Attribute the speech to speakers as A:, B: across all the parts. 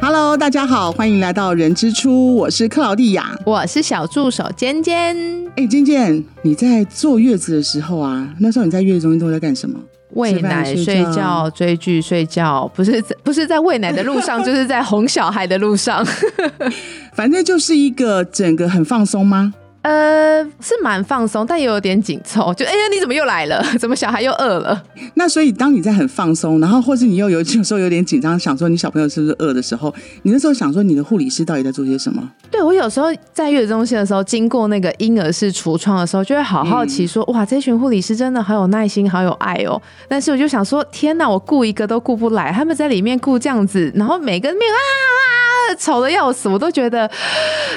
A: Hello，大家好，欢迎来到人之初，我是克劳蒂亚。
B: 我是小助手尖尖，
A: 哎、健健，你在坐月子的时候啊，那时候你在月子中心都在干什么？
B: 喂奶、
A: 吃饭
B: 睡觉、追剧、睡觉，不是在 不是在喂奶的路上， 就是在哄小孩的路上。
A: 反正就是一个整个很放松吗？
B: 呃，是蛮放松，但也有点紧凑。就哎呀，你怎么又来了？ 怎么小孩又饿了？
A: 那所以当你在很放松，然后或是你又有有时候有点紧张，想说你小朋友是不是饿的时候，你那时候想说你的护理师到底在做些什么？
B: 对我有时候在月子中心的时候，经过那个婴儿室橱窗的时候，就会好好
A: 嗯
B: 奇说，哇，这群护理师真的好有耐心，好有爱哦。但是我就想说，天哪，我顾一个都顾不来，他们在里面顾这样子，然后每个面啊啊啊吵得要死，我都觉得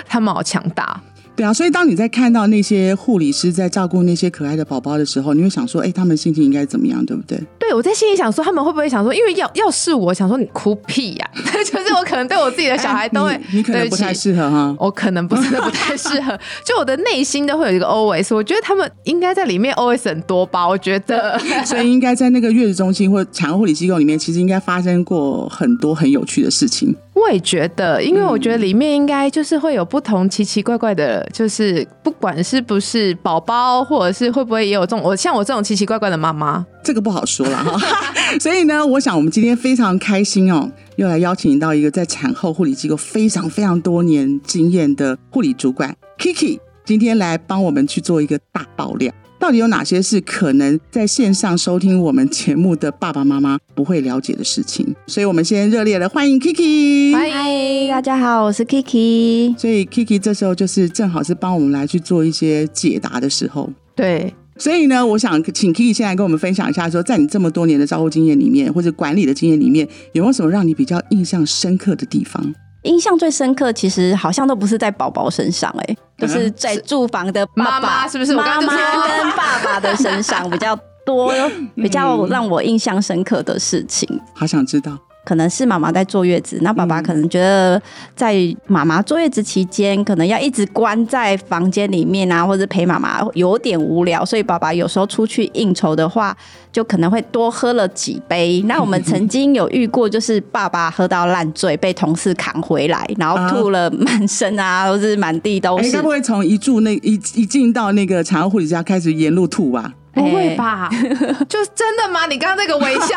B: 他们好强大。
A: 对啊，所以当你在看到那些护理师在照顾那些可爱的宝宝的时候，你会想说，哎、他们心情应该怎么样，对不对？
B: 对，我在心里想说，他们会不会想说，因为要要是我想说，你哭屁呀、啊 就是我可能对我自己的小孩都会，
A: 哎你你可能
B: 对
A: 不
B: 起
A: 太适合哈。
B: 我哦可能不真的不太适合， 就我的内心都会有一个 OS，我觉得他们应该在里面 OS 很多吧，我觉 得。
A: 所以应该在那个月子中心或产后护理机构里面，其实应该发生过很多很有趣的事情。
B: 我也觉得，因为我觉得里面应该就是会有不同奇奇怪怪的，就是不管是不是宝宝，或者是会不会也有这种我像我这种奇奇怪怪的妈妈，
A: 这个不好说了哈。所以呢，我想我们今天非常开心哦，又来邀请到一个在产后护理机构非常非常多年经验的护理主管 Kiki，今天来帮我们去做一个大爆料。到底有哪些是可能在线上收听我们节目的爸爸妈妈不会了解的事情？所以，我们先热烈的欢迎 Kiki。
B: 欢
C: 嗨，大家好，我是 Kiki。
A: 所以 Kiki 这时候就是正好是帮我们来去做一些解答的时候。
B: 对，
A: 所以呢，我想请 Kiki 先来跟我们分享一下说在你这么多年的照顾经验里面，或者管理的经验里面，有没有什么让你比较印象深刻的地方？
C: 印象最深刻，其实好像都不是在宝宝身上、哎，就是在住房的爸爸
B: 嗯妈妈是不是我刚
C: 妈
B: 刚就
C: 妈
B: 说
C: 跟爸爸的身上比较 多，比较让我印象深刻的事情。
A: 好想知道。
C: 可能是妈妈在坐月子，那爸
A: 嗯
C: 爸可能觉得在妈妈坐月子期间，可能要一直关在房间里面啊，或者陪妈妈有点无聊，所以爸爸有时候出去应酬的话，就可能会多喝了几杯。那我们曾经有遇过，就是爸爸喝到烂醉，被同事扛回来，然后吐了满身啊，或是满地都
B: 哦
A: 哎、
C: 是
A: 该不。会从一住那一一进到那个产后护理家开始沿路吐吧？
B: 不会吧？ 就真的吗？你刚刚那个微笑，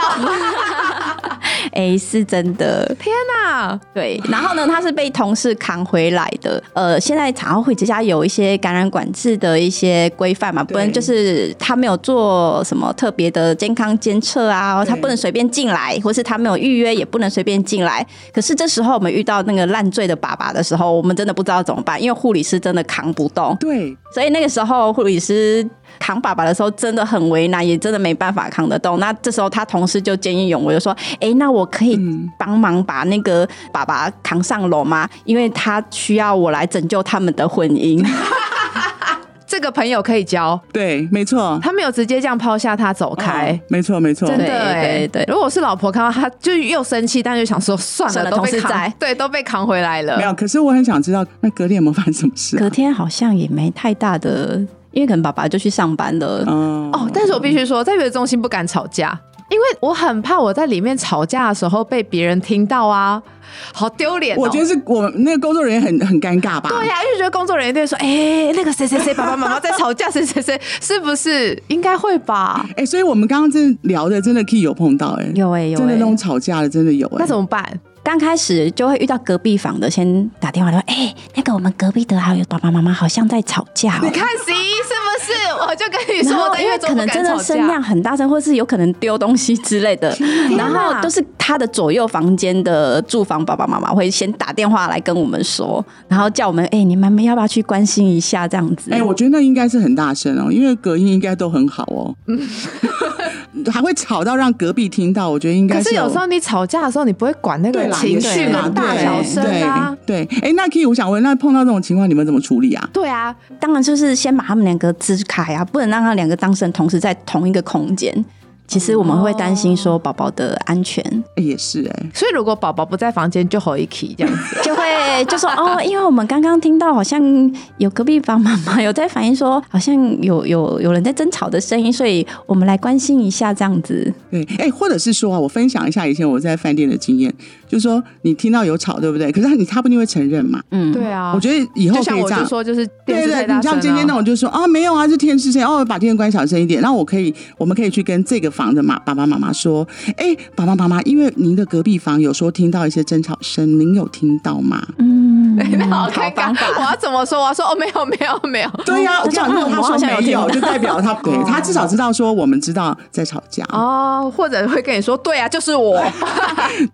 C: 哎、是真的。
B: 天哪！
C: 对，然后呢，他是被同事扛回来的。呃，现在产后会之家有一些感染管制的一些规范嘛，
A: 对
C: 不能就是他没有做什么特别的健康监测啊，
A: 对
C: 他不能随便进来，或是他没有预约也不能随便进来。可是这时候我们遇到那个烂醉的爸爸的时候，我们真的不知道怎么办，因为护理师真的扛不动，
A: 对，
C: 所以那个时候护理师。扛爸爸的时候真的很为难，也真的没办法扛得动。那这时候他同事就见义勇为，就说：“哎、那我可以
A: 嗯，
C: 帮忙把那个爸爸扛上楼吗？因为他需要我来拯救他们的 婚姻。
B: 这个朋友可以交，
A: 对，没错，
B: 他没有直接这样抛下他走开。
A: 哦没错，没错，
B: 真的
C: 对
B: 哎、
C: 对对
B: 如果是老婆看到他，就又生气，但就想说算了，
C: 算了
B: 都
C: 同
B: 被
C: 事
B: 扛
C: 在，
B: 对，都被扛回来了
A: 没。有。可是我很想知道，那隔天有没有发生什么事、
C: 隔
A: 啊？
C: 天好像也没太大的，因为可能爸爸就去上班了。
A: 哦
B: 哦，但是我必须说，在月子中心不敢吵架，因为我很怕我在里面吵架的时候被别人听到啊，好丢脸、哦。
A: 我觉得是我们那个工作人员很很尴尬吧？
B: 对呀、因为觉得工作人员对说，哎、那个谁谁谁爸爸妈妈在吵架，谁谁谁是不是应该会吧？
A: 哎、所以我们刚刚真的聊的，真的 Key 有碰到哎、
C: 有哎、有
A: 真的
C: 哎、
A: 那种吵架的，真的有哎、
B: 欸那怎么办？
C: 刚开始就会遇到隔壁房的，先打电话来说：“哎、那个我们隔壁的还有爸爸妈妈好像在吵架、哦
B: 你。看行是不是？ 我就跟你
C: 然
B: 说，我
C: 后
B: 在
C: 因
B: 月
C: 为
B: 子
C: 可
B: 中
C: 能
B: 不
C: 真
B: 敢吵
C: 的声
B: 架。
C: 量很大声，或是有可能丢东西之 类的，然后都是他的左右房间的住房爸爸妈妈会先打电话来跟我们说，然后叫我们哎、你们要不要去关心一下这样子？
A: 哎、我觉得那应该是很大声哦，因为隔音应该都很好 哦，还会吵到让隔壁听到，我觉得应该
B: 可是有时候你吵架的时候，你不会管那
A: 对
B: 个
A: 啦
B: 情
A: 也
B: 绪
A: 是啦
B: 跟大
A: 对
B: 小声啊。
A: 对，对哎、那 Key，我想问，那碰到这种情况，你们怎么处理啊？
B: 对啊，
C: 当然就是先把他们两个支开啊，不能让他两个当成同时在同一个空间。其实我们会担心说宝宝的安全，
A: 哎也是哎、
B: 所以如果宝宝不在房间，就吼一起这样子。
C: 就会就说哦， 因为我们刚刚听到好像有隔壁房妈妈有在反映说，好像有有有人在争吵的声音，所以我们来关心一下这样子。
A: 对，哎、或者是说啊，我分享一下以前我在饭店的经验，就是说你听到有吵，对不对？可是他你他不一定会承认嘛。
C: 嗯，
B: 对啊，
A: 我觉得以后
B: 就
A: 可
B: 像
A: 以
B: 我
A: 这
B: 就
A: 样。
B: 说，就是电
A: 对
B: 视
A: 对
B: 太
A: 对，
B: 大
A: 你
B: 声
A: 像今天那
B: 了。
A: 种就说啊，没有啊，是电视声，哦，把电视关小声一点。然后我可以，我们可以去跟这个房的妈爸爸妈妈说，哎，爸爸妈妈，因为您的隔壁房有时候听到一些争吵声，您有听到吗？
C: 嗯，
B: 那好尴
C: 方法
B: 尬，我要怎么说？我要说哦，没有，没有，没有。
A: 对
B: 嗯
A: 呀、我讲如果他
C: 我好
A: 说
C: 像有
A: 没
C: 听
A: 有，
C: 到
A: 就代表 他对他至少知道说我们知道在吵架。
B: 哦，或者会跟你说，对啊，就 是我。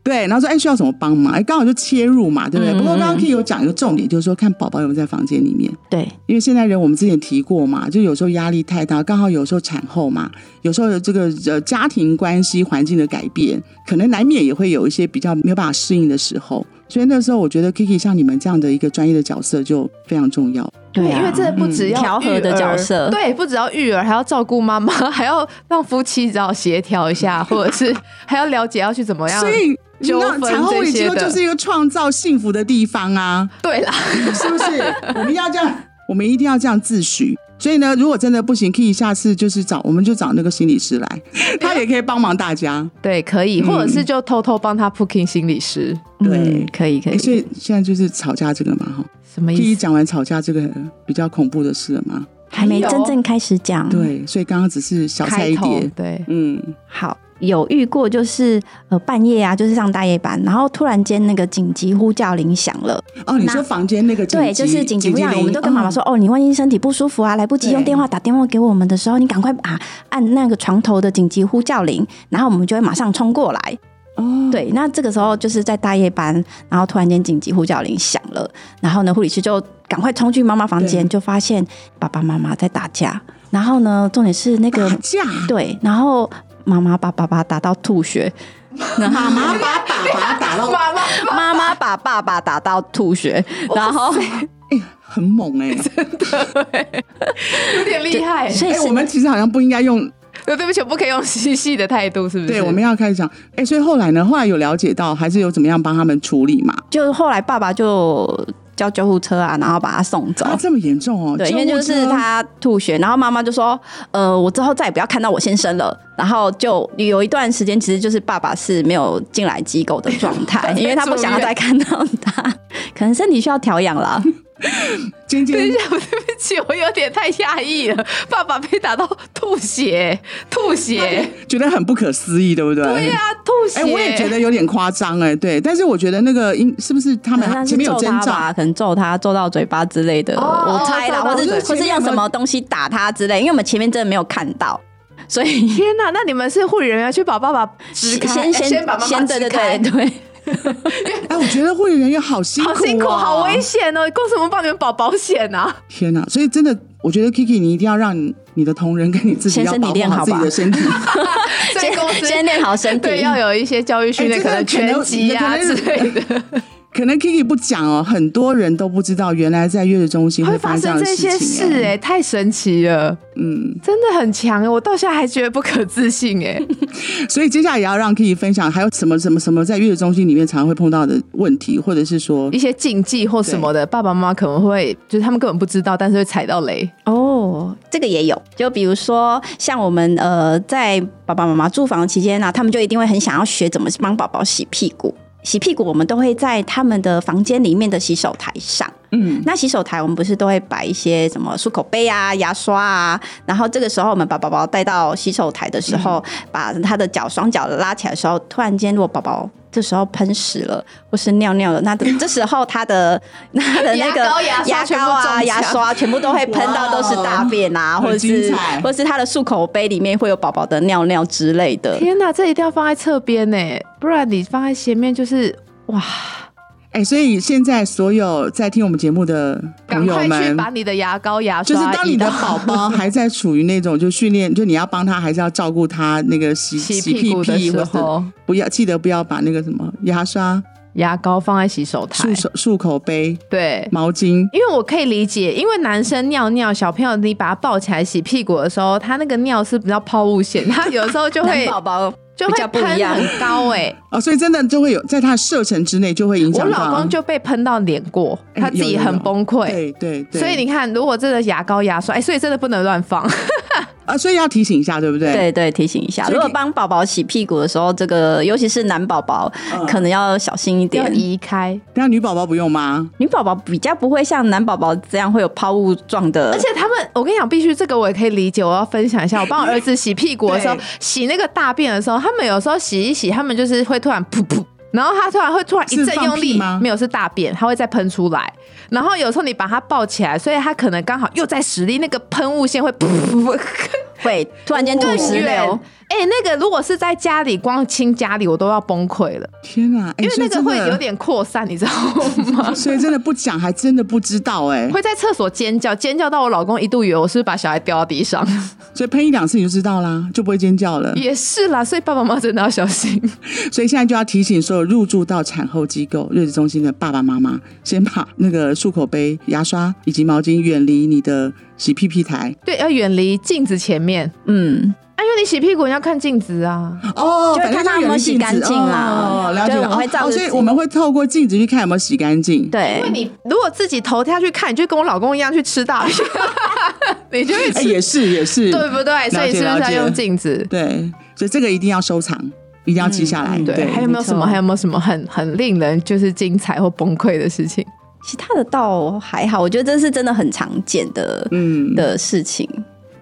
A: 对，然后说哎需要什么帮忙，哎刚好就切入嘛，对不对？
B: 嗯
A: 不过刚刚 K 有讲一个重点，就是说看宝宝有没有在房间里面，
C: 对，
A: 因为现在人我们之前提过嘛，就有时候压力太大，刚好有时候产后嘛，有时候有这个呃家庭关系环境的改变，可能难免也会有一些比较没有办法适应的时候，所以那时候我觉得 Kiki 像你们这样的一个专业的角色就非常重要。
C: 对啊
B: 因为这不只要
C: 调和的
B: 育儿
C: 角
A: 嗯
C: 色
A: 啊
B: 对，不只要育儿，还要照顾妈妈， 还要让夫妻只要协调 一下，或者是 还要了解要去怎么样。
A: 所以你
B: 纠
A: 知道
B: 纷
A: 产后
B: 这
A: 你
B: 些
A: 机构
B: 的
A: 就是一个创造幸福的地方啊。
B: 对啦，
A: 是不是？我们要这样，我们一定要这样自诩。所以呢，如果真的不行，Key 下次就是找，我们就找那个心理师来，
B: 啊
A: 他也可以帮忙大家。
B: 对，可
A: 嗯
B: 以，或者是就偷偷帮他 booking 心理师，
A: 对
C: 嗯，可以可
A: 哎、
C: 以，
A: 所以现在就是吵架这个嘛，哈。
B: 什么
A: Key
B: 意思？
A: 讲完吵架这个比较恐怖的事了嘛，
C: 还没真正开始讲。，
A: 对，所以刚刚只是小菜
B: 开
A: 一
B: 头
A: 碟，
B: 对，
A: 嗯，
C: 好，有遇过就是呃半夜啊，就是上大夜班，然后突然间那个紧急呼叫铃响了，
A: 哦，你
C: 那
A: 说房间那个紧
C: 对，就是紧
A: 紧
C: 急呼
A: 急嗯
C: 叫，
A: 铃
C: 我们都跟妈妈说哦，你万一身体不舒服啊，来不及
A: 对
C: 用电话打电话给我们的时候，你赶快啊按那个床头的紧急呼叫铃，然后我们就会马上冲过来。
A: 哦，
C: 对，那这个时候就是在大夜班，然后突然间紧急呼叫铃响了，然后呢，护理师就赶快冲去妈妈房间，就发现爸爸妈妈在打架，然后呢，重点是那个
A: 打架，
C: 对，然后妈妈把爸爸打到吐血，
A: 妈妈把爸爸打到，
B: 妈妈
C: 妈妈把爸爸打到吐血，然后
A: 哎、很猛 哎、
B: 有点厉害。
C: 所以
A: 哎、
C: 是
A: 我们其实好像不应该用
B: 呃对，对不起，我不可以用嬉戏的态度，是不是？
A: 对，我们要开始讲。哎、所以后来呢？后来有了解到，还是有怎么样帮他们处理嘛？
C: 就后来爸爸就叫救护车啊，然后把他送走。
A: 啊，这么严重哦？
C: 对，
A: 救
C: 因
A: 护
C: 为就是
A: 车，
C: 他吐血，然后妈妈就说：“呃，我之后再也不要看到我先生了。”然后就有一段时间，其实就是爸爸是没有进来机构的状态，因为他不想要再看到他，可能身体需要调养啦。
A: 今
B: 等一
A: 天
B: 下，我 对不起，我有点太讶异了。爸爸被打到吐血，吐血，
A: 觉得很不可思议，对不对？
B: 对呀、吐血。
A: 哎、我也觉得有点夸张哎，对，但是我觉得那个应是不是他
C: 可
A: 们
C: 能那
A: 前
C: 是
A: 面有
C: 揍
A: 征
C: 他
A: 兆？
C: 吧，可能揍他揍到嘴巴之类的，
B: 哦
C: 我猜啦，
B: 揍到
C: 或者
A: 嘴巴
C: 或是用什么东西打他之类，因为我们前面真的没有看到，所以
B: 天哪！那你们是护理人员去把爸爸支开，
C: 先
B: 哎先把妈妈
C: 先对
B: 支
C: 对
B: 开
C: 对，对，
A: 哎、我觉得护理人员好辛苦、
B: 好
A: 哦，
B: 辛苦，好危险哦！光什么帮你们保保险啊？
A: 天哪、所以真的，我觉得 Kiki，你一定要让你你的同仁跟你自己
C: 先
A: 要
C: 身体
A: 保护
C: 练
A: 好
C: 好
A: 自己
C: 吧
A: 的 身体。
B: 所以公
C: 先
B: 司
C: 先练好身体，
B: 对要有一些教育训练，
A: 哎
B: 可能
A: 这个可
B: 拳
A: 能
B: 击啊
A: 可能
B: 之类的，
A: 可能 Kiki 不讲哦，很多人都不知道，原来在月子中心
B: 会
A: 发
B: 发
A: 生这样
B: 生
A: 的
B: 这些
A: 情、
B: 事哎、太神奇了，
A: 嗯。
B: 真的很强哎！我到现在还觉得不可置信哎。
A: 所以接下来也要让 Kiki 分享，还有什么什么什么在月子中心里面常常会碰到的问题，或者是说
B: 一些禁忌或什么的，爸爸妈妈可能会就是他们根本不知道，但是会踩到雷。
C: 哦，这个也有，就比如说像我们呃，在爸爸妈妈住房期间呢、啊他们就一定会很想要学怎么帮宝宝洗屁股。洗屁股，我们都会在他们的房间里面的洗手台上。
A: 嗯，
C: 那洗手台我们不是都会摆一些什么漱口杯啊、牙刷啊，然后这个时候我们把宝宝带到洗手台的时候，
B: 嗯
C: 把他的脚双脚拉起来的时候，突然间如果宝宝这时候喷屎了或是尿尿了，那这这时候他的 他的那个
B: 牙膏牙刷全部
C: 膏啊、
B: 中奖
C: 牙刷全部都会喷到都是大便
A: 哇
C: 啊，
A: 哦
C: 或者
A: 很精
C: 是
A: 彩
C: 或是他的漱口杯里面会有宝宝的尿尿之类的。
B: 天哪，这一定要放在侧边呢，不然你放在前面就是哇！
A: 哎、所以现在所有在听我们节目的
B: 赶
A: 朋友
B: 快去
A: 们。
B: 把你的牙膏、牙
A: 就是
B: 刷移到，
A: 当你的宝宝还在处于那种就训练，就你要帮他，还是要照顾他那个洗
B: 洗
A: 洗屁
B: 股的
A: 屁，
B: 时
A: 或者
B: 候，
A: 不要记得不要把那个什么牙刷
B: 牙膏放在洗手台
A: 漱，手、漱口杯、
B: 对。
A: 毛巾，
B: 因为我可以理解，因为男生尿尿，小朋友你把他抱起来洗屁股的时候，他那个尿是比较抛物线，他有时候就
C: 男
B: 会
C: 宝宝
B: 就
C: 比较
B: 会
C: 不
B: 喷
C: 一样。
B: 很高哎、
A: 哦，所以真的就会有在他的射程之内就会影
B: 我
A: 响到。
B: 老公就被喷到脸过，
A: 哎
B: 他自己很崩溃。
A: 对对对，
B: 所以你看，如果真的牙膏、牙刷，哎、所以真的不能乱 放。
A: 啊，所以要提醒一下，对不对？
C: 对对，提醒一下，
A: 所以
C: 如果
A: 你
C: 帮宝宝洗屁股的时候，这个尤其是男宝宝，
A: 嗯
C: 可能要小心一
B: 要
C: 点。
B: 移开，
A: 那女宝宝不用吗？
C: 女宝宝比较不会像男宝宝这样会有抛物状的，
B: 而且他们，我跟你讲，必须这个我也可以理解。我要分享一下，我帮我儿子洗屁股的时候
A: 对，
B: 洗那个大便的时候，他们有时候洗一洗，他们就是会突然噗噗，然后他突然会突然一
A: 是
B: 阵
A: 放
B: 用
A: 屁
B: 力
A: 吗，
B: 没有是大便，他会再喷出来。然后有时候你把它抱起来，所以他可能刚好又在使力，那个喷雾线会噗噗 噗噗
C: 会突然间吐
B: 更
C: 石
B: 远
C: 流。。
B: 哎、那个如果是在家里，光清家里我都要崩溃了，
A: 天哪，哎
B: 因为那个
A: 所
B: 会有。
A: 以真的？
B: 点扩散，你知道吗
A: 所以真的不讲，还真的不知道哎、
B: 会在厕所尖叫，尖叫到我老公一度以为我是不是把小孩掉到地 上，
A: 所以喷一两次你就知道啦，就不会尖叫了。
B: 也是啦，所以爸爸妈妈真的要小心。
A: 所以现在就要提醒所有入住到产后机构、月子中心的爸爸妈妈，先把那个漱口杯、牙刷以及毛巾远离你的洗屁屁台
B: 对，要远离镜子前面。
C: 嗯，
B: 啊，因为你洗屁股你要看镜子啊，
A: 哦
C: 就会
A: 反正
C: 看它有没有
A: 远离镜
C: 洗干
A: 子
C: 净啦
A: 哦，了解
C: 就我
A: 了。
C: 们会照
A: 哦
C: 着
A: 哦所以
C: 镜
A: 我们会透过镜子去看有没有洗干净。
C: 对
B: 因为，你如果自己头下去看，你就跟我老公一样去吃大便， 你就会
A: 哎，
B: 吃，
A: 也是也是，
B: 对不对？所以是不是
A: 了
B: 要
A: 解
B: 用镜子？
A: 对，所以这个一定要收藏，一定要记下来。
C: 嗯嗯
B: 对，还有没有什
C: 没
B: 么？
C: 错
B: 还有没有什么很很令人就是精彩或崩溃的事情？
C: 其他的倒还好，我觉得这是真的很常见的、
A: 嗯，
C: 的事情。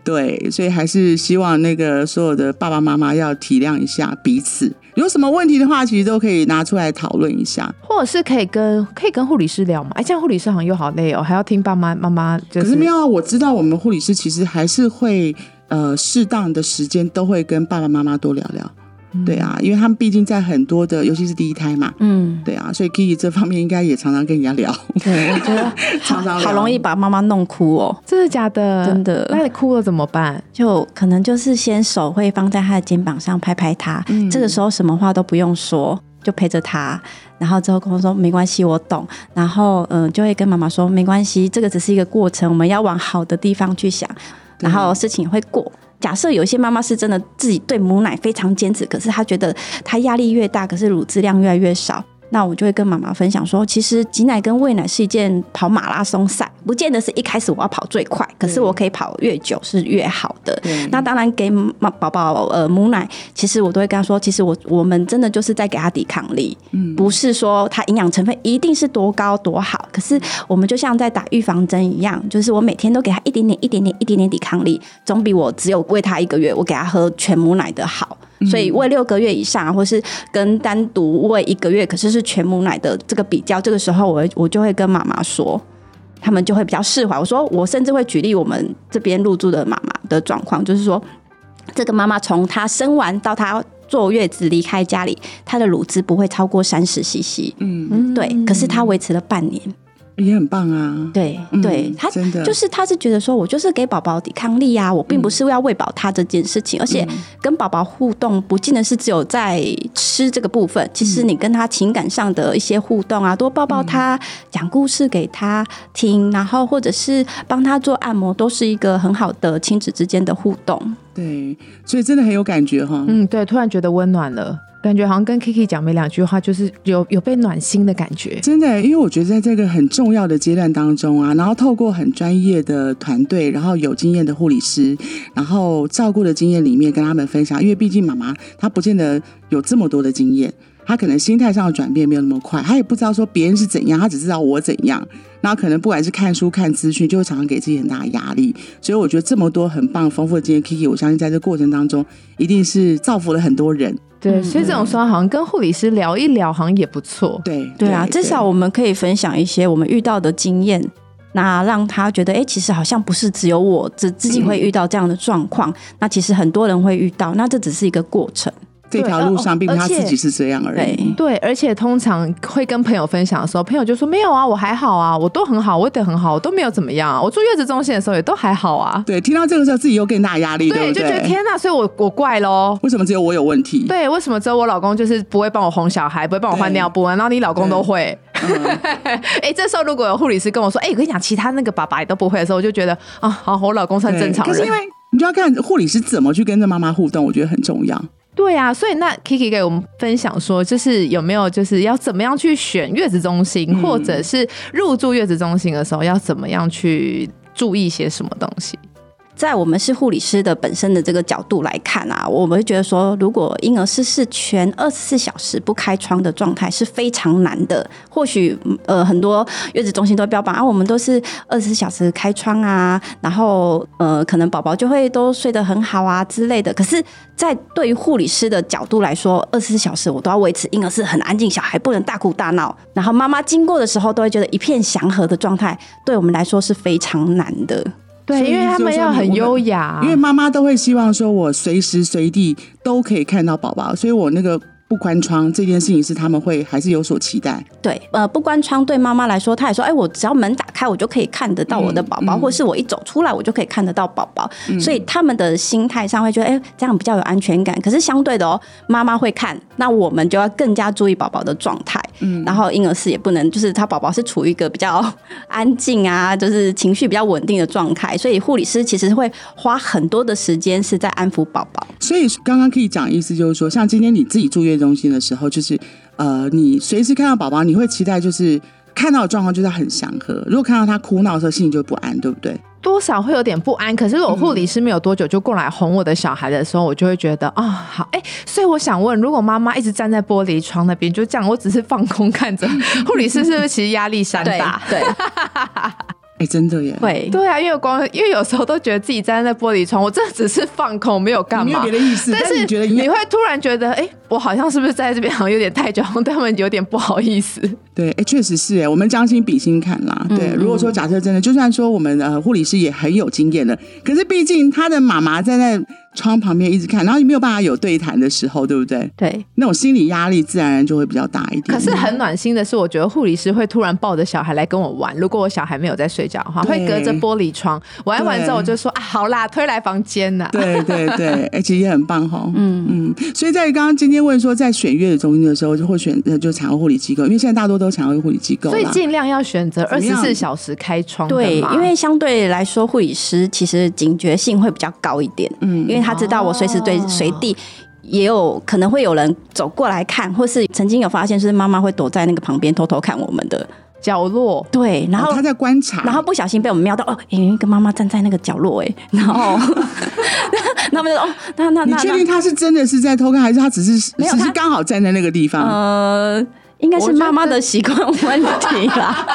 A: 对，所以还是希望那个所有的爸爸妈妈要体谅一下彼此，有什么问题的话，其实都可以拿出来讨论一下。
B: 或者是可以跟可以跟护理师聊嘛？哎，这样护理师好像又好累哦，还要听爸妈妈妈就
A: 可是
B: 是
A: 没有啊，我知道我们护理师其实还是会呃适当的时间都会跟爸爸妈妈多聊聊，对啊，因为他们毕竟在很多的，尤其是第一胎嘛。
C: 嗯，
A: 对啊，所以 Kiki 这方面应该也常常跟人家聊，
C: 对，我觉得
A: 常常聊
C: 好容易把妈妈弄哭哦。
B: 真的假的？
C: 真的
B: 那你哭了怎么办？
C: 就可能就是先手会放在他的肩膀上拍拍他，
A: 嗯
C: 这个时候什么话都不用说，就陪着他。然后之后跟我说没关系，我懂。然后嗯、呃就会跟妈妈说没关系，这个只是一个过程，我们要往好的地方去想，然后事情也会过。假设有一些妈妈是真的自己对母奶非常坚持，可是她觉得她压力越大，可是乳质量越来越少。那我就会跟妈妈分享说，其实挤奶跟喂奶是一件跑马拉松赛，不见得是一开始我要跑最快，可是我可以跑越久是越好的。
A: 对
C: 那当然给妈宝宝呃母奶，其实我都会跟他说，其实我我们真的就是在给他抵抗力，不是说它营养成分一定是多高多好，可是我们就像在打预防针一样，就是我每天都给他一点点、一点点、一点点抵抗力，总比我只有喂他一个月，我给他喝全母奶的好。所以喂六个月以上，啊或是跟单独喂一个月，可是是全母奶的这个比较，这个时候我会我就会跟妈妈说，他们就会比较释怀。我说，我甚至会举例我们这边入住的妈妈的状况，就是说，这个妈妈从她生完到她坐月子离开家里，她的乳汁不会超过三十 CC，
A: 嗯，
B: 嗯，
C: 对，可是她维持了半年，
A: 也很棒啊。
C: 对、
A: 嗯
C: 对，她
A: 真的
C: 就是她是觉得说我就是给宝宝抵抗力啊，我并不是要喂饱他这件事情，而且跟宝宝互动不见得是只有在吃这个部分，其实你跟他情感上的一些互动啊，多抱抱他，讲故事给他听，然后或者是帮他做按摩，都是一个很好的亲子之间的互动。
A: 对，所以真的很有感觉哈。
B: 嗯，对，突然觉得温暖了，感觉好像跟 Kiki 讲没两句话，就是有有被暖心的感觉。
A: 真的，因为我觉得在这个很重要的阶段当中啊，然后透过很专业的团队，然后有经验的护理师，然后照顾的经验里面跟他们分享，因为毕竟妈妈她不见得有这么多的经验，她可能心态上的转变没有那么快，她也不知道说别人是怎样，她只知道我怎样，然后可能不管是看书看资讯，就会常常给自己很大的压力。所以我觉得这么多很棒丰富的经验，Kiki，我相信在这过程当中一定是造福了很多人。
B: 对，
C: 嗯
B: 所以这种时候好像跟护理师聊一聊，好像也不错。
A: 对，
C: 对啊，至少我们可以分享一些我们遇到的经验，那让他觉得，哎、其实好像不是只有嗯我自自己会遇到这样的状况，那其实很多人会遇到，那这只是一个过程。
A: 这条路上，
B: 对
A: 并
B: 哦哦
A: 且他
B: 而且
A: 自己是这样而已。
C: 对
B: 对，而且通常会跟朋友分享的时候，朋友就说没有啊，我还好啊，我都很好，我也得很好，我都没有怎么样啊、我住月子中心的时候也都还好啊。
A: 对，听到这个时候自己又更大压力，对不
B: 就觉得
A: 对？
B: 天哪，所以我我怪喽。
A: 为什么只有我有问题？
B: 对，为什么只有我老公就是不会帮我哄小孩，不会帮我换
A: 对
B: 尿布啊？然后你老公都会。
A: 嗯，
B: 哎、这时候如果有护理师跟我说，哎、我跟你讲，其他那个爸爸也都不会的时候，我就觉得啊，好，我老公算
A: 对
B: 正常
A: 嗯可是因
B: 人
A: 为。你就要看护理师怎么去跟这妈妈互动，我觉得很重要。
B: 对啊，所以那 Kiki 给我们分享说，就是有没有就是要怎么样去选月子中心，
A: 嗯
B: 或者是入住月子中心的时候要怎么样去注意些什么东西？
C: 在我们是护理师的本身的这个角度来看啊，我们会觉得说，如果婴儿室是全二十四小时不开窗的状态是非常难的。或许嗯呃，很多月子中心都标榜啊，我们都是二十四小时开窗啊，然后呃，可能宝宝就会都睡得很好啊之类的。可是，在对于护理师的角度来说，二十四小时我都要维持婴儿室很安静，小孩不能大哭大闹，然后妈妈经过的时候都会觉得一片祥和的状态，对我们来说是非常难的。
B: 对，
A: 所以
B: 因为他
A: 就
B: 们
A: 是说
B: 要
A: 你
B: 很
A: 我
B: 优雅，啊
A: 因为妈妈都会希望说，我随时随地都可以看到宝宝，所以我那个不关窗这件事情是他们会还是有所期待。
C: 对，呃，不关窗对妈妈来说，她也说，哎，我只要门打开，我就可以看得到我的宝
A: 嗯
C: 宝，
A: 嗯嗯
C: 或是我一走出来，我就可以看得到宝宝。所以他们的心态上会觉得，哎，这样比较有安全感。可是相对的哦，妈妈会看，那我们就要更加注意宝宝的状态。嗯，然后婴儿室也不能，就是他宝宝是处于一个比较 安静啊，就是情绪比较稳定的状态。所以护理师其实会花很多的时间是在安抚宝宝。
A: 所以刚刚可以讲意思就是说，像今天你自己住院中心的时候，就是呃，你随时看到宝宝，你会期待就是看到的状况就是很祥和。如果看到他哭闹的时候，心里就不安，对不对？
B: 多少会有点不安。可是我护理师没有多久就过来哄我的小孩的时候，我就会觉得啊、好哎、所以我想问，如果妈妈一直站在玻璃窗那边，就这样，我只是放空看着，护理师是不是其实压力山
C: 对
B: 大？
C: 对，
A: 哎，真的耶，
C: 会。
B: 对啊，因为光因为有时候都觉得自己站在玻璃窗，我真的只是放空，没有
A: 你
B: 干
A: 没有
B: 嘛
A: 别。的意思，
B: 但
A: 但
B: 是
A: 你觉得应该
B: 你会突然觉得，哎、我好像是不是在这边好像有点太久， 对他们有点不好意思。
A: 对，哎，确实是哎，我们将心比心看啦。对，
C: 嗯
A: 如果说假设真的，就算说我们呃护理师也很有经验的，可是毕竟他的妈妈站在窗旁边一直看，然后你没有办法有对谈的时候，对不对？
C: 对，
A: 那种心理压力自然而然就会比较大一点。
B: 可是很暖心的是，我觉得护理师会突然抱着小孩来跟我玩。如果我小孩没有在睡觉的话，
A: 对
B: 会隔着玻璃窗玩一玩之
A: 对
B: 后，我就说啊，好啦，推来房间啊啦。
A: 对对对，而且也很棒哈。嗯嗯，所以在刚刚今天问说，在选月子中心的时候，就会选呃就产后护理机构，因为现在大多都是产后护理机构
B: 所以
A: 啦。
B: 尽量要选择
A: 怎
B: 二
A: 么
B: 十
A: 样
B: 四小时开窗的
C: 对，
B: 嘛
C: 因为相对来说，护理师其实警觉性会比较高一点，
A: 嗯
C: 嗯，因为他知道我随时对
B: 哦
C: 随地。也有可能会有人走过来看，或是曾经有发现，是妈妈会躲在那个旁边偷偷看我们的。
B: 角落
C: 对，然
A: 哦
C: 后、
A: 他在观察，
C: 然后不小心被我们瞄到，哦，有一个妈妈站在那个角落、哎， 然后那我们就哦，那那
A: 你
C: 那
A: 确
C: 那
A: 定他是真的是在偷看，还是他只是
C: 没有
A: 只是
C: 他
A: 刚好站在那个地方？
C: 呃，应该
B: 我
C: 是
B: 觉
C: 妈妈
B: 得
C: 的习惯问题啦。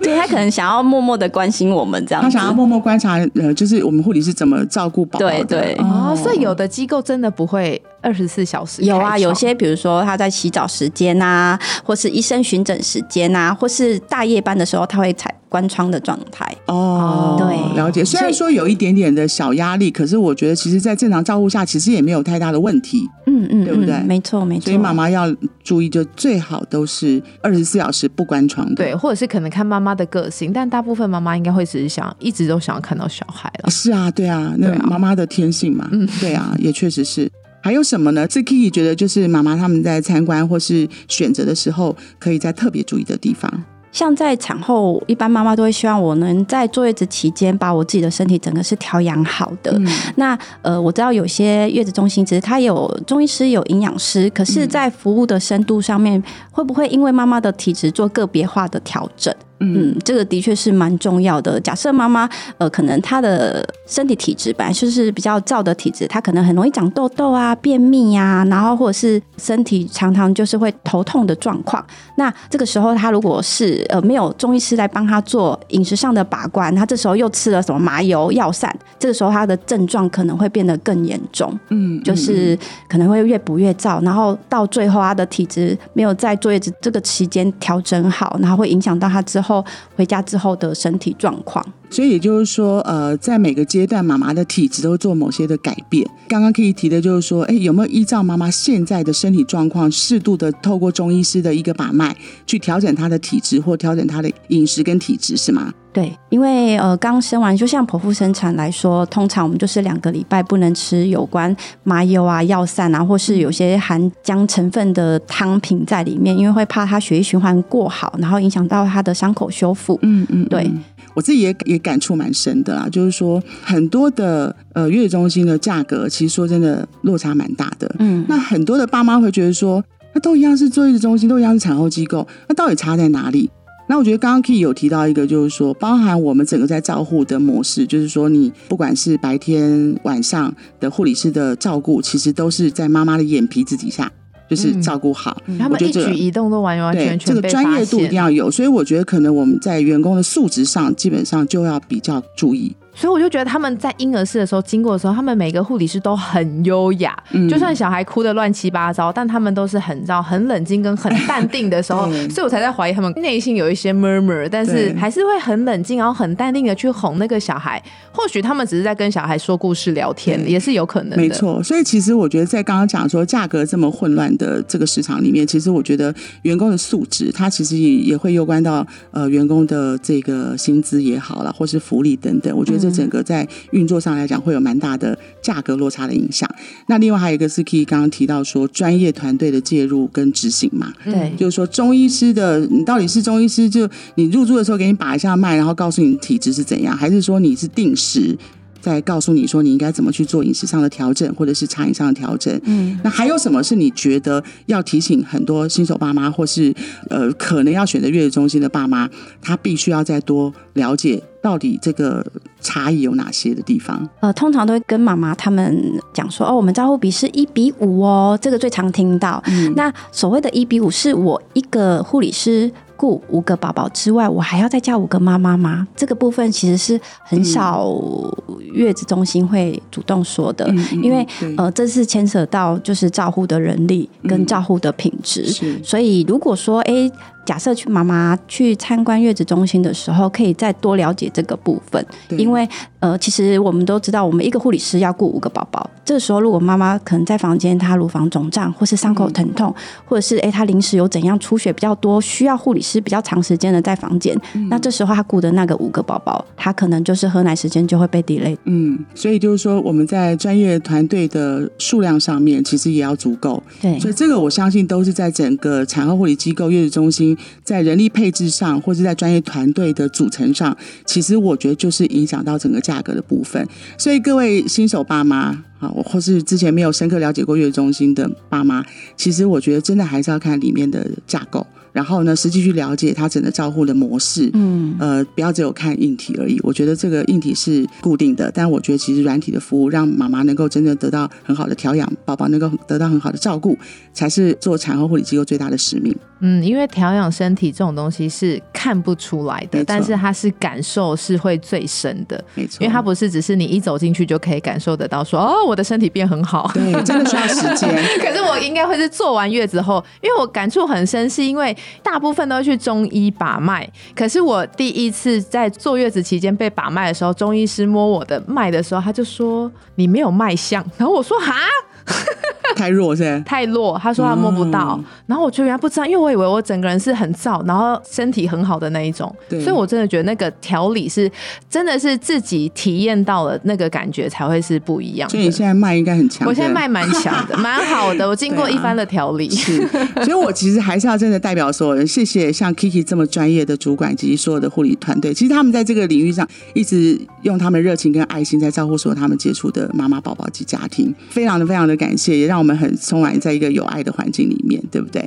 C: 对，她可能想要默默的关心我们这样
A: 他
C: 子。
A: 想要默默观察，呃，就是我们护理是怎么照顾宝宝的。
C: 对对
B: 哦，所以有的机构真的不会二十四小时开
C: 有
B: 窗
C: 啊，有些比如说他在洗澡时间啊，或是医生巡诊时间啊，或是大夜班的时候，他会采关窗的状态。
A: 哦，
C: 对
A: 了解。虽然说有一点点的小压力，可是我觉得其实，在正常照顾下，其实也没有太大的问题。
C: 嗯嗯，
A: 对不对
C: 嗯没错没错。
A: 所以妈妈要注意，就最好都是二十四小时不关窗的。
B: 对，或者是可能看妈妈的个性，但大部分妈妈应该会只是想一直都想要看到小孩了。
A: 是啊，对啊，那
B: 对啊
A: 妈妈的天性嘛，对啊，也确实是。还有什么呢？是 Kiki 觉得就是妈妈他们在参观或是选择的时候，可以在特别注意的地方。
C: 像在产后，一般妈妈都会希望我能在坐月子期间把我自己的身体整个是调养好的。那呃，我知道有些月子中心其实它有中医师、有营养师，可是，在服务的深度上面，会不会因为妈妈的体质做个别化的调整？嗯，这个的确是蛮重要的。假设妈妈呃，可能她的身体体质本来就是比较燥的体质，她可能很容易长痘痘啊、便秘呀、然后或者是身体常常就是会头痛的状况。那这个时候，她如果是呃没有中医师来帮她做饮食上的把关，她这时候又吃了什么麻油药膳，这个时候她的症状可能会变得更严重。
A: 嗯，
C: 就是可能会越补越燥，然后到最后他的体质没有在坐月子这个期间调整好，然后会影响到他之后回家之后的身体状况。
A: 所以也就是说，呃，在每个阶段，妈妈的体质都会做某些的改变。刚刚可以提的就是说，哎，有没有依照妈妈现在的身体状况，适度的透过中医师的一个把脉，去调整她的体质或调整她的饮食跟体质，是吗？
C: 对，因为呃，刚生完，就像剖腹生产来说，通常我们就是两个礼拜不能吃有关麻油啊、药膳啊，或是有些含姜成分的汤品在里面，因为会怕它血液循环过好，然后影响到它的伤口修复。
A: 嗯嗯，
C: 对
A: 嗯我自己也也感触蛮深的啦，就是说很多的呃月子中心的价格，其实说真的落差蛮大的。
C: 嗯，
A: 那很多的爸妈会觉得说，那都一样是坐月子中心，都一样是产后机构，那到底差在哪里？那我觉得刚刚 Key 有提到一个，就是说，包含我们整个在照护的模式，就是说，你不管是白天晚上的护理师的照顾，其实都是在妈妈的眼皮子底下，就是
B: 嗯
A: 照顾好。
B: 他
A: 我
B: 们
A: 觉得
B: 一
A: 这个
B: 举一动都完完
A: 对，
B: 全全
A: 这个
B: 被
A: 专
B: 发
A: 业度一
B: 现
A: 定要有，所以我觉得可能我们在员工的素质上，基本上就要比较注意。
B: 所以我就觉得他们在婴儿室的时候经过的时候，他们每个护理师都很优雅，
A: 嗯
B: 就算小孩哭的乱七八糟，但他们都是很照、很冷静跟很淡定的时 候，
A: 对
B: 所以我才在怀疑他们内心有一些 murmur，但是
A: 对
B: 还是会很冷静，然后很淡定的去哄那个小孩。或许他们只是在跟小孩说故事、聊天，
A: 对
B: 也是有可能的。
A: 没，错，所以其实我觉得在刚刚讲说价格这么混乱的这个市场里面，其实我觉得员工的素质，它其实也也会攸关到呃员工的这个薪资也好啦，或是福利等等。我觉得
B: 嗯
A: 这整个在运作上来讲，会有蛮大的价格落差的影响。那另外还有一个是 Key 刚刚提到说专业团队的介入跟执行嘛，
B: 对
A: 就是说中医师的，你到底是中医师，就你入住的时候给你把一下脉，然后告诉你体质是怎样，还是说你是定时再告诉你说你应该怎么去做饮食上的调整，或者是茶饮上的调整？
C: 嗯，
A: 那还有什么是你觉得要提醒很多新手爸妈，或是呃可能要选择月子中心的爸妈，他必须要再多了解到底这个差异有哪些的地方？
C: 呃，通常都会跟妈妈他们讲说，哦，我们照护比是一比五哦，这个最常听到。
A: 嗯
C: 那所谓的一比五，是我一个护理师雇五个宝宝之外，我还要再加五个妈妈吗？这个部分其实是
A: 嗯
C: 很少月子中心会主动说的，
A: 嗯嗯
C: 因为
A: 对
C: 呃，这是牵涉到就是照护的人力跟
A: 嗯
C: 照护的品质。
A: 是
C: 所以，如果说，诶，假设去妈妈去参观月子中心的时候，可以再多了解这个部分，
A: 对
C: 因为呃，其实我们都知道，我们一个护理师要顾五个宝宝。这时候，如果妈妈可能在房间她乳房肿胀，或是伤口疼痛，
A: 嗯
C: 或者是诶她临时有怎样出血比较多，需要护理师比较长时间的在房间，
A: 嗯
C: 那这时候她顾的那个五个宝宝，她可能就是喝奶时间就会被 delay
A: 嗯，所以就是说我们在专业团队的数量上面，其实也要足够。
C: 对
A: 所以这个我相信都是在整个产后护理机构、月子中心在人力配置上，或是在专业团队的组成上，其实我觉得就是影响到整个价格的部分。所以各位新手爸妈。啊，我或是之前没有深刻了解过月子中心的爸妈，其实我觉得真的还是要看里面的架构，然后呢，实际去了解它整个照护的模式，
C: 嗯，
A: 呃，不要只有看硬体而已。我觉得这个硬体是固定的，但我觉得其实软体的服务，让妈妈能够真正得到很好的调养，宝宝能够得到很好的照顾，才是做产后护理机构最大的使命。
B: 嗯，因为调养身体这种东西是看不出来
A: 没
B: 的，
A: 错
B: 但是它是感受是会最深的，
A: 没错，
B: 因为它不是只是你一走进去就可以感受得到说哦，我的身体变很好。
A: 对，真的需要时间。
B: 可是我应该会是做完月子后，因为我感触很深，是因为大部分都去中医把脉。可是我第一次在坐月子期间被把脉的时候，中医师摸我的脉的时候，他就说你没有脉象，然后我说哈
A: 太弱是 不
B: 太弱，他说他摸不到，
A: 嗯
B: 然后我就原来不知道，因为我以为我整个人是很燥，然后身体很好的那一种，
A: 对
B: 所以我真的觉得那个调理是真的是自己体验到了那个感觉才会是不一样
A: 是，所以你
B: 的。
A: 现在卖应该很强。
B: 我现在
A: 对
B: 卖蛮强的，蛮好的，我经过
A: 对啊
B: 一番的调理。
A: 是，所以我其实还是要真的代表所有人，谢谢像 Kiki 这么专业的主管以及所有的护理团队。其实他们在这个领域上一直用他们的热情跟爱心在照顾所有他们接触的妈妈、宝宝及家庭，非常的非常的感谢，也让我们很充满在一个有爱的环境里面，对不对？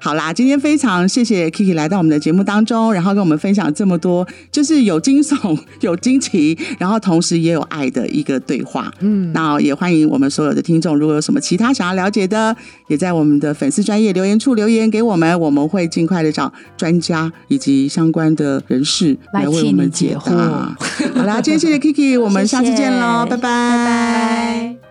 A: 好啦，今天非常谢谢 Kiki 来到我们的节目当中，然后跟我们分享这么多，就是有惊悚、有惊奇，然后同时也有爱的一个对话。嗯，那也欢迎我们所有的听众，如果有什么其他想要了解的，也在我们的粉丝专业留言处留言给我们，我们会尽快的找专家以及相关的人士
B: 来
A: 为
B: 替
A: 我们
B: 你解
A: 答。好啦，今天谢谢 Kiki，我们下次见喽， 拜
C: 谢谢
A: 拜
C: 拜
B: 拜。